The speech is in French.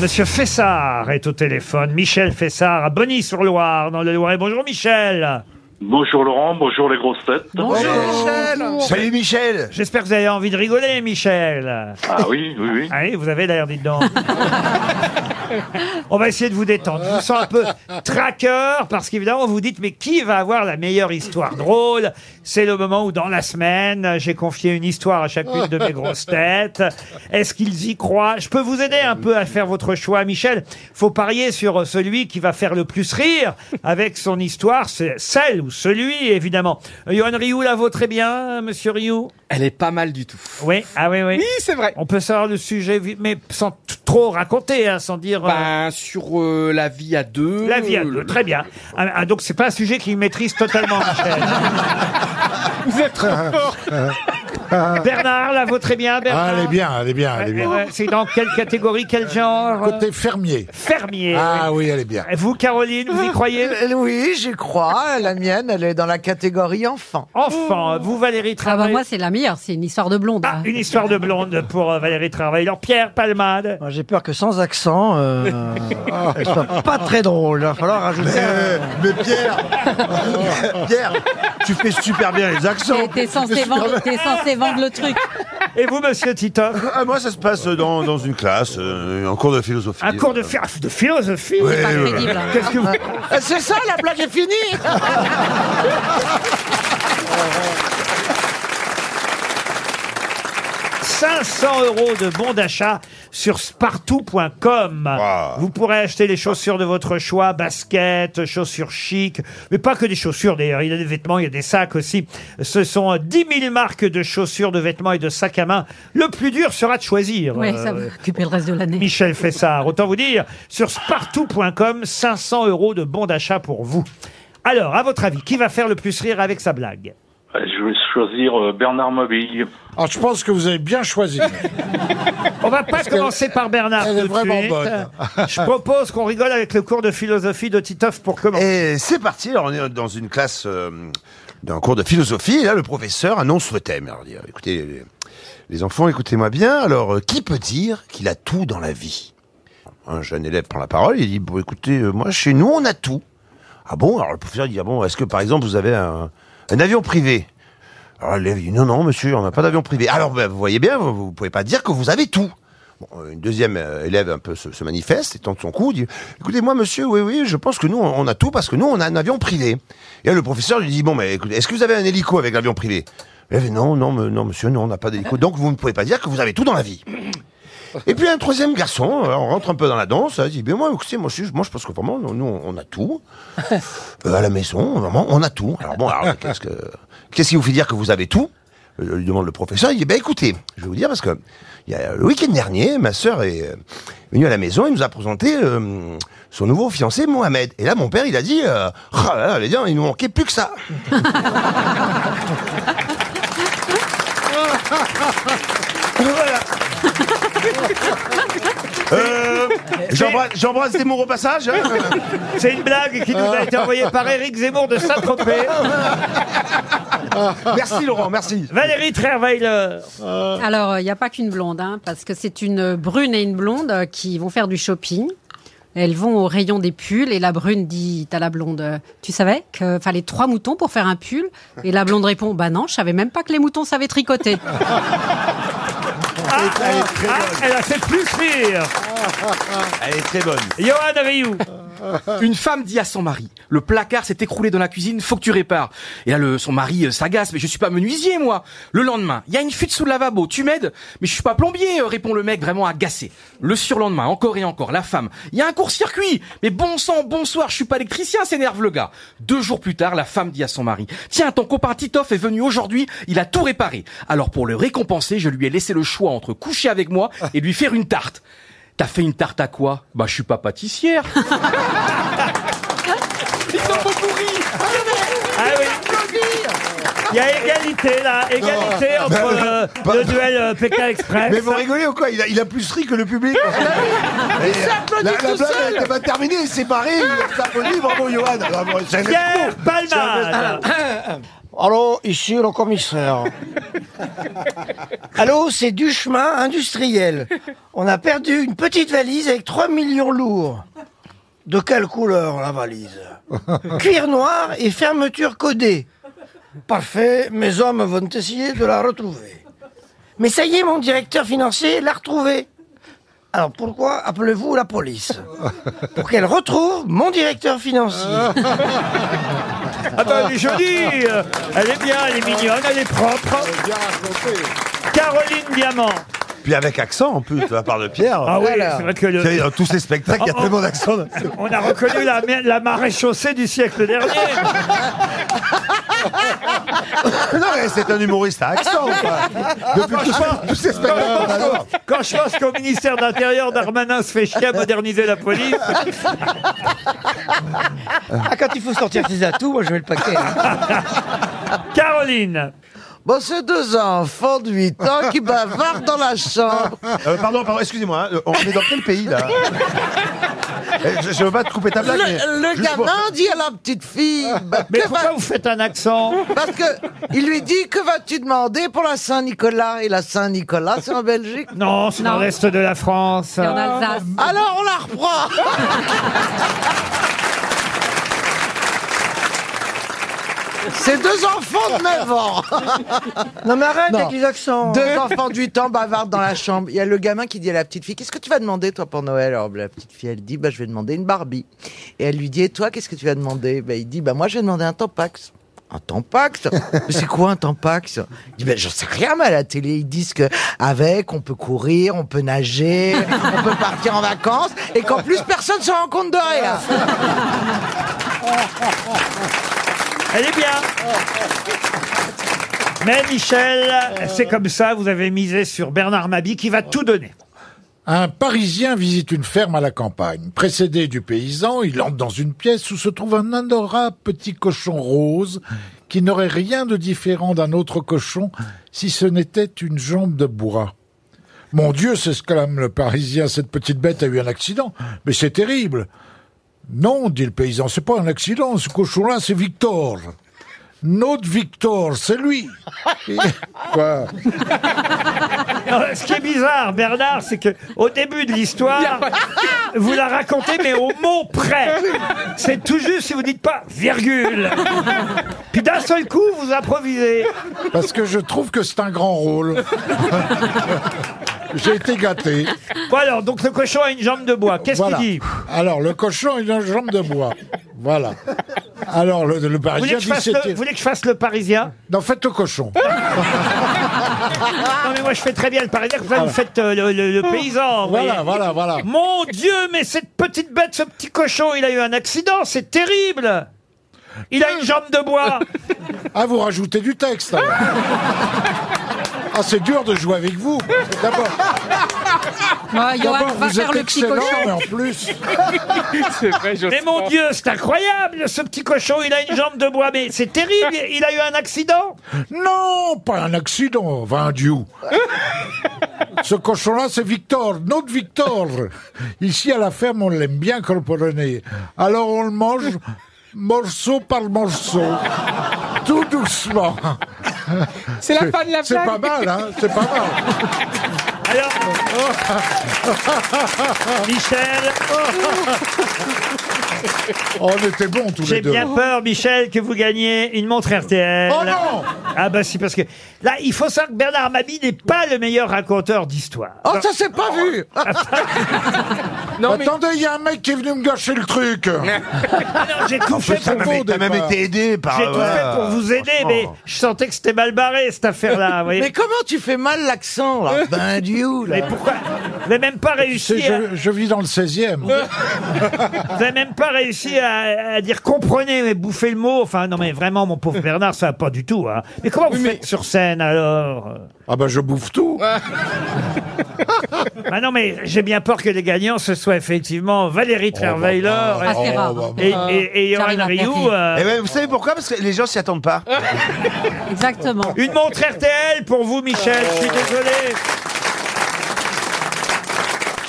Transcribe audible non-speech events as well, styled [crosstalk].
Monsieur Fessard est au téléphone. Michel Fessard à Bonny-sur-Loire, dans le Loiret. Bonjour Michel. Bonjour Laurent, bonjour les grosses têtes. Salut Michel J'espère que vous avez envie de rigoler, Michel. Ah oui, oui, oui. Ah oui, vous avez l'air, dites donc. On va essayer de vous détendre. Je vous sens un peu traqueur parce qu'évidemment, vous dites, mais qui va avoir la meilleure histoire drôle C'est le moment où, dans la semaine, j'ai confié une histoire à chacune de mes grosses têtes. Est-ce qu'ils y croient Je peux vous aider un peu à faire votre choix, Michel. Faut parier sur celui qui va faire le plus rire avec son histoire, c'est celle ou celui, évidemment. Euh, Johan Rioux la vaut très bien, euh, monsieur Rioux Elle est pas mal du tout. Oui, ah oui, oui. Oui, c'est vrai. On peut savoir le sujet, vi- mais sans t- trop raconter, hein, sans dire... euh, Ben, sur euh, la vie à deux. La vie à euh, deux, très bien. Ah, ah, donc c'est pas un sujet qu'il maîtrise totalement, Michel. [laughs] Vous êtes trop fort [laughs] Bernard, la vaut très bien, Bernard. Ah, elle est bien, elle est bien, elle est bien. Ouais, C'est dans quelle catégorie, quel genre euh, Côté fermier. Fermier. Ah oui, elle est bien. Et Vous, Caroline, vous y croyez Euh, Oui, j'y crois. La mienne, elle est dans la catégorie enfant. Enfant, vous, Valérie Ah bah Travail. moi c'est la meilleure, c'est une histoire de blonde. hein. Ah, une histoire de blonde pour euh, Valérie Travail. Alors, Pierre Palmade. J'ai peur que sans accent, euh, [laughs] elle soit pas très drôle. Il va falloir rajouter. Euh, mais [laughs] Pierre, Pierre, tu fais super bien les accents. T'es- T'es censé, vendre- t'es censé vendre le truc. Et vous, monsieur Titoff Ah, moi, ça se passe dans, dans une classe, euh, en cours de philosophie. Un cours de, philo- de philosophie Ouais, C'est pas ouais, ouais. crédible. hein. Eh Qu'est-ce que vous... Euh, C'est ça, la blague est finie. Voilà. 500 euros de bons d'achat sur spartou.com. Wow. Vous pourrez acheter les chaussures de votre choix, baskets, chaussures chic, mais pas que des chaussures d'ailleurs. Il y a des vêtements, il y a des sacs aussi. Ce sont euh, 10 000 marques de chaussures, de vêtements et de sacs à main. Le plus dur sera de choisir. Ouais, euh, ça va occuper le reste de l'année. Michel Fessard. Autant vous dire, sur spartou.com, 500 euros de bons d'achat pour vous. Alors, à votre avis, qui va faire le plus rire avec sa blague Euh, Je vais choisir euh, Bernard Mobille. Alors, Ah, je pense que vous avez bien choisi. On va pas commencer par Bernard. elle est tout de vraiment suite. bonne. Je propose qu'on rigole avec le cours de philosophie de Titoff pour commencer. Et c'est parti, alors on est dans une classe euh, d'un cours de philosophie, et là, le professeur annonce le thème. Alors, il dit, écoutez, les, les enfants, écoutez-moi bien, alors, euh, qui peut dire qu'il a tout dans la vie Un jeune élève prend la parole, il dit, bon, écoutez, euh, moi, chez nous, on a tout. Ah bon Alors, le professeur dit, ah bon, est-ce que, par exemple, vous avez un, un avion privé Alors, l'élève dit, non, non, monsieur, on n'a pas d'avion privé. Alors, ben, vous voyez bien, vous ne pouvez pas dire que vous avez tout. Bon, euh, une deuxième euh, élève un peu se, se manifeste et tente son coup, dit Écoutez-moi, monsieur, oui, oui, je pense que nous, on a tout parce que nous, on a un avion privé. Et là, le professeur lui dit Bon, mais écoutez, est-ce que vous avez un hélico avec l'avion privé L'élève dit, Non, non, me- non, monsieur, non, on n'a pas d'hélico. Donc, vous ne pouvez pas dire que vous avez tout dans la vie. Et puis un troisième garçon, euh, on rentre un peu dans la danse, il dit, mais moi, écoutez, moi, je, suis- moi, je pense que vraiment, nous, nous, on a tout. Euh, à la maison, vraiment, on a tout. Alors bon, alors, qu'est-ce, que, qu'est-ce qui vous fait dire que vous avez tout Euh, lui demande le professeur. Il dit, ben écoutez, je vais vous dire parce que il y a, le week-end dernier, ma sœur est euh, venue à la maison et nous a présenté euh, son nouveau fiancé, Mohamed. Et là, mon père, il a dit, euh, Ah là là, les gars, il nous manquait plus que ça. Voilà. Euh, j'embrasse, j'embrasse des mots au passage. hein. [laughs] C'est une blague qui nous a été envoyée par Éric Zemmour de Saint-Tropez. Merci Laurent, merci. Valérie Trierweiler. Alors il n'y a pas qu'une blonde, hein, parce que c'est une brune et une blonde euh, qui vont faire du shopping. Elles vont au rayon des pulls et la brune dit à la blonde euh, Tu savais qu'il fallait trois moutons pour faire un pull Et la blonde répond Bah non, je savais même pas que les moutons savaient tricoter. Ah, ah, elle a fait plus rire. Elle est très bonne. Johan Aveillou. Une femme dit à son mari Le placard s'est écroulé dans la cuisine, faut que tu répares. Et là, le, son mari euh, s'agace Mais je suis pas menuisier, moi Le lendemain, il y a une fuite sous le lavabo, tu m'aides Mais je suis pas plombier, euh, répond le mec vraiment agacé. Le surlendemain, encore et encore, la femme Il y a un court-circuit Mais bon sang, bonsoir, je suis pas électricien, s'énerve le gars. Deux jours plus tard, la femme dit à son mari Tiens, ton copain Titoff est venu aujourd'hui, il a tout réparé. Alors pour le récompenser, je lui ai laissé le choix entre coucher avec moi et lui faire une tarte. T'as fait une tarte à quoi Bah, je suis pas pâtissière. Ils ont beaucoup ri. Ah oui. Il y a égalité là, égalité entre euh, le duel euh, Pékin Express. Oh. Bah, Mais vous rigolez ou quoi il a, il a plus ri que le [laughs] public. euh, la, la blague n'était pas terminée, il s'est barré, il a applaudi, bravo Johan. Ah, bon, c'est un escroc. Pierre C'est un Palmade. Allô, ici le commissaire. Allô, c'est du chemin industriel. On a perdu une petite valise avec 3 millions lourds. De quelle couleur la valise Cuir noir et fermeture codée. Parfait, mes hommes vont essayer de la retrouver. Mais ça y est, mon directeur financier l'a retrouvée. Alors pourquoi appelez-vous la police Pour qu'elle retrouve mon directeur financier. Ah bah elle est jolie Elle est bien, elle est mignonne, elle est propre. Caroline Diamant. Puis avec accent en plus de la part de Pierre. Ah oui, Voilà. c'est vrai que le- Vous savez, dans tous ces spectacles, il y a Oh, oh. tellement d'accent. on a reconnu la, ma- la marée chaussée du siècle dernier. Oh, non, mais c'est un humoriste à accent. quoi. Ah, Depuis tout ça, tous ces spectacles. on adore. Quand je pense qu'au ministère d'Intérieur, Darmanin se fait chier à moderniser la police. Ah, quand il faut sortir ses atouts, moi je mets le paquet. Caroline. Bon, c'est deux enfants de 8 ans qui bavardent dans la chambre. Euh, pardon, pardon, excusez-moi. hein, euh, On est dans quel pays là Eh, Je, je veux pas te couper ta blague. mais Le, le juste pour- gamin dit à la petite fille, bah, Mais que pourquoi va- vous faites un accent parce que il lui dit que vas-tu demander pour la Saint-Nicolas Et la Saint-Nicolas, c'est en [laughs] Belgique. Non, c'est dans Non. le reste de la France. en Alsace. Alors on la reprend. C'est deux enfants de 9 ans. Non mais arrête Non. avec les accents. Deux enfants de 8 ans bavardent dans la chambre. Il y a le gamin qui dit à la petite fille Qu'est-ce que tu vas demander, toi, pour Noël Alors, la petite fille, elle dit bah, Je vais demander une Barbie. Et elle lui dit Et toi, qu'est-ce que tu vas demander bah, Il dit bah, Moi, je vais demander un Tampax. Un Tampax Mais c'est quoi un Tampax Il dit bah, J'en sais rien, mais à la télé, ils disent que avec, on peut courir, on peut nager, on peut partir en vacances, et qu'en plus, personne ne se rend compte de rien. Elle est bien. Mais Michel, c'est comme ça, vous avez misé sur Bernard Mabi qui va tout donner. Un Parisien visite une ferme à la campagne. Précédé du paysan, il entre dans une pièce où se trouve un adorable petit cochon rose qui n'aurait rien de différent d'un autre cochon si ce n'était une jambe de bois. Mon Dieu, s'exclame le Parisien, cette petite bête a eu un accident. Mais c'est terrible. Non, dit le paysan, c'est pas un accident, ce cochon-là, c'est Victor. Notre Victor, c'est lui. Et- [laughs] Quoi Non, ce qui est bizarre, Bernard, c'est que au début de l'histoire, vous la racontez, mais au mot près. C'est tout juste si vous dites pas virgule. Puis d'un seul coup, vous improvisez. Parce que je trouve que c'est un grand rôle. J'ai été gâté. Bon alors, donc le cochon a une jambe de bois. Qu'est-ce Voilà. qu'il dit Alors, le cochon, il a une jambe de bois. Voilà. Alors, le, le vous voulez, parisien que je dit fasse le, c'était. vous voulez que je fasse le parisien Non, faites le cochon. Non, mais moi je fais très bien le parisien, comme ça vous faites euh, le, le- le paysan. vous Ah. voyez. Voilà, voilà, voilà. Mon Dieu, mais cette petite bête, ce petit cochon, il a eu un accident, c'est terrible Il a une jambe de bois Ah, vous rajoutez du texte. alors. Ah, c'est dur de jouer avec vous. D'abord, Ouais, Johan, d'abord, va vous faire êtes le petit excellent, mais cochon. en plus, C'est vrai, je Mais mon Dieu, c'est incroyable Ce petit cochon, il a une jambe de bois, mais c'est terrible Il a eu un accident non, pas un accident, va un dieu. Ce cochon-là, c'est Victor, notre Victor. Ici, à la ferme, on l'aime bien, comprenez. Alors, on le mange morceau par morceau, tout doucement. C'est la fin de la C'est pas mal, hein C'est pas mal. Alors... Michel, On était bons tous j'ai les deux. bien peur, Michel, que vous gagniez une montre RTL. Oh non Ah bah si, parce que... Là, il faut savoir que Bernard Mabie n'est pas le meilleur raconteur d'histoire. Ah, Oh, ça, c'est pas vu. Non, mais Attendez, il y a un mec qui est venu me gâcher le truc. Ah non, j'ai tout fait ça pour m'a vous... fait- Mais T'as même départ. été aidé par. euh, J'ai tout fait pour vous aider, mais je sentais que c'était mal barré, cette affaire-là, vous voyez. Mais comment tu fais mal Oh, l'accent, là Ben, Dieu, là. Mais pourquoi Vous n'avez même pas C'est- réussi, à, hein. je, je vis dans le 16 e vous avez même pas réussi à, à dire comprenez, mais bouffez le mot. Enfin, non, mais vraiment, mon pauvre Bernard, ça va pas du tout. Hein. Mais comment vous faites sur scène alors Ah bah je bouffe tout. Ah non, mais j'ai bien peur que les gagnants ce soient effectivement Valérie Trierweiler Ah, c'est rare. et, et, et Johan J'arrive à Rioux. compter. euh, Et Eh ben, vous savez pourquoi Parce que les gens s'y attendent pas. Exactement. une montre RTL pour vous, Michel. Je suis désolé.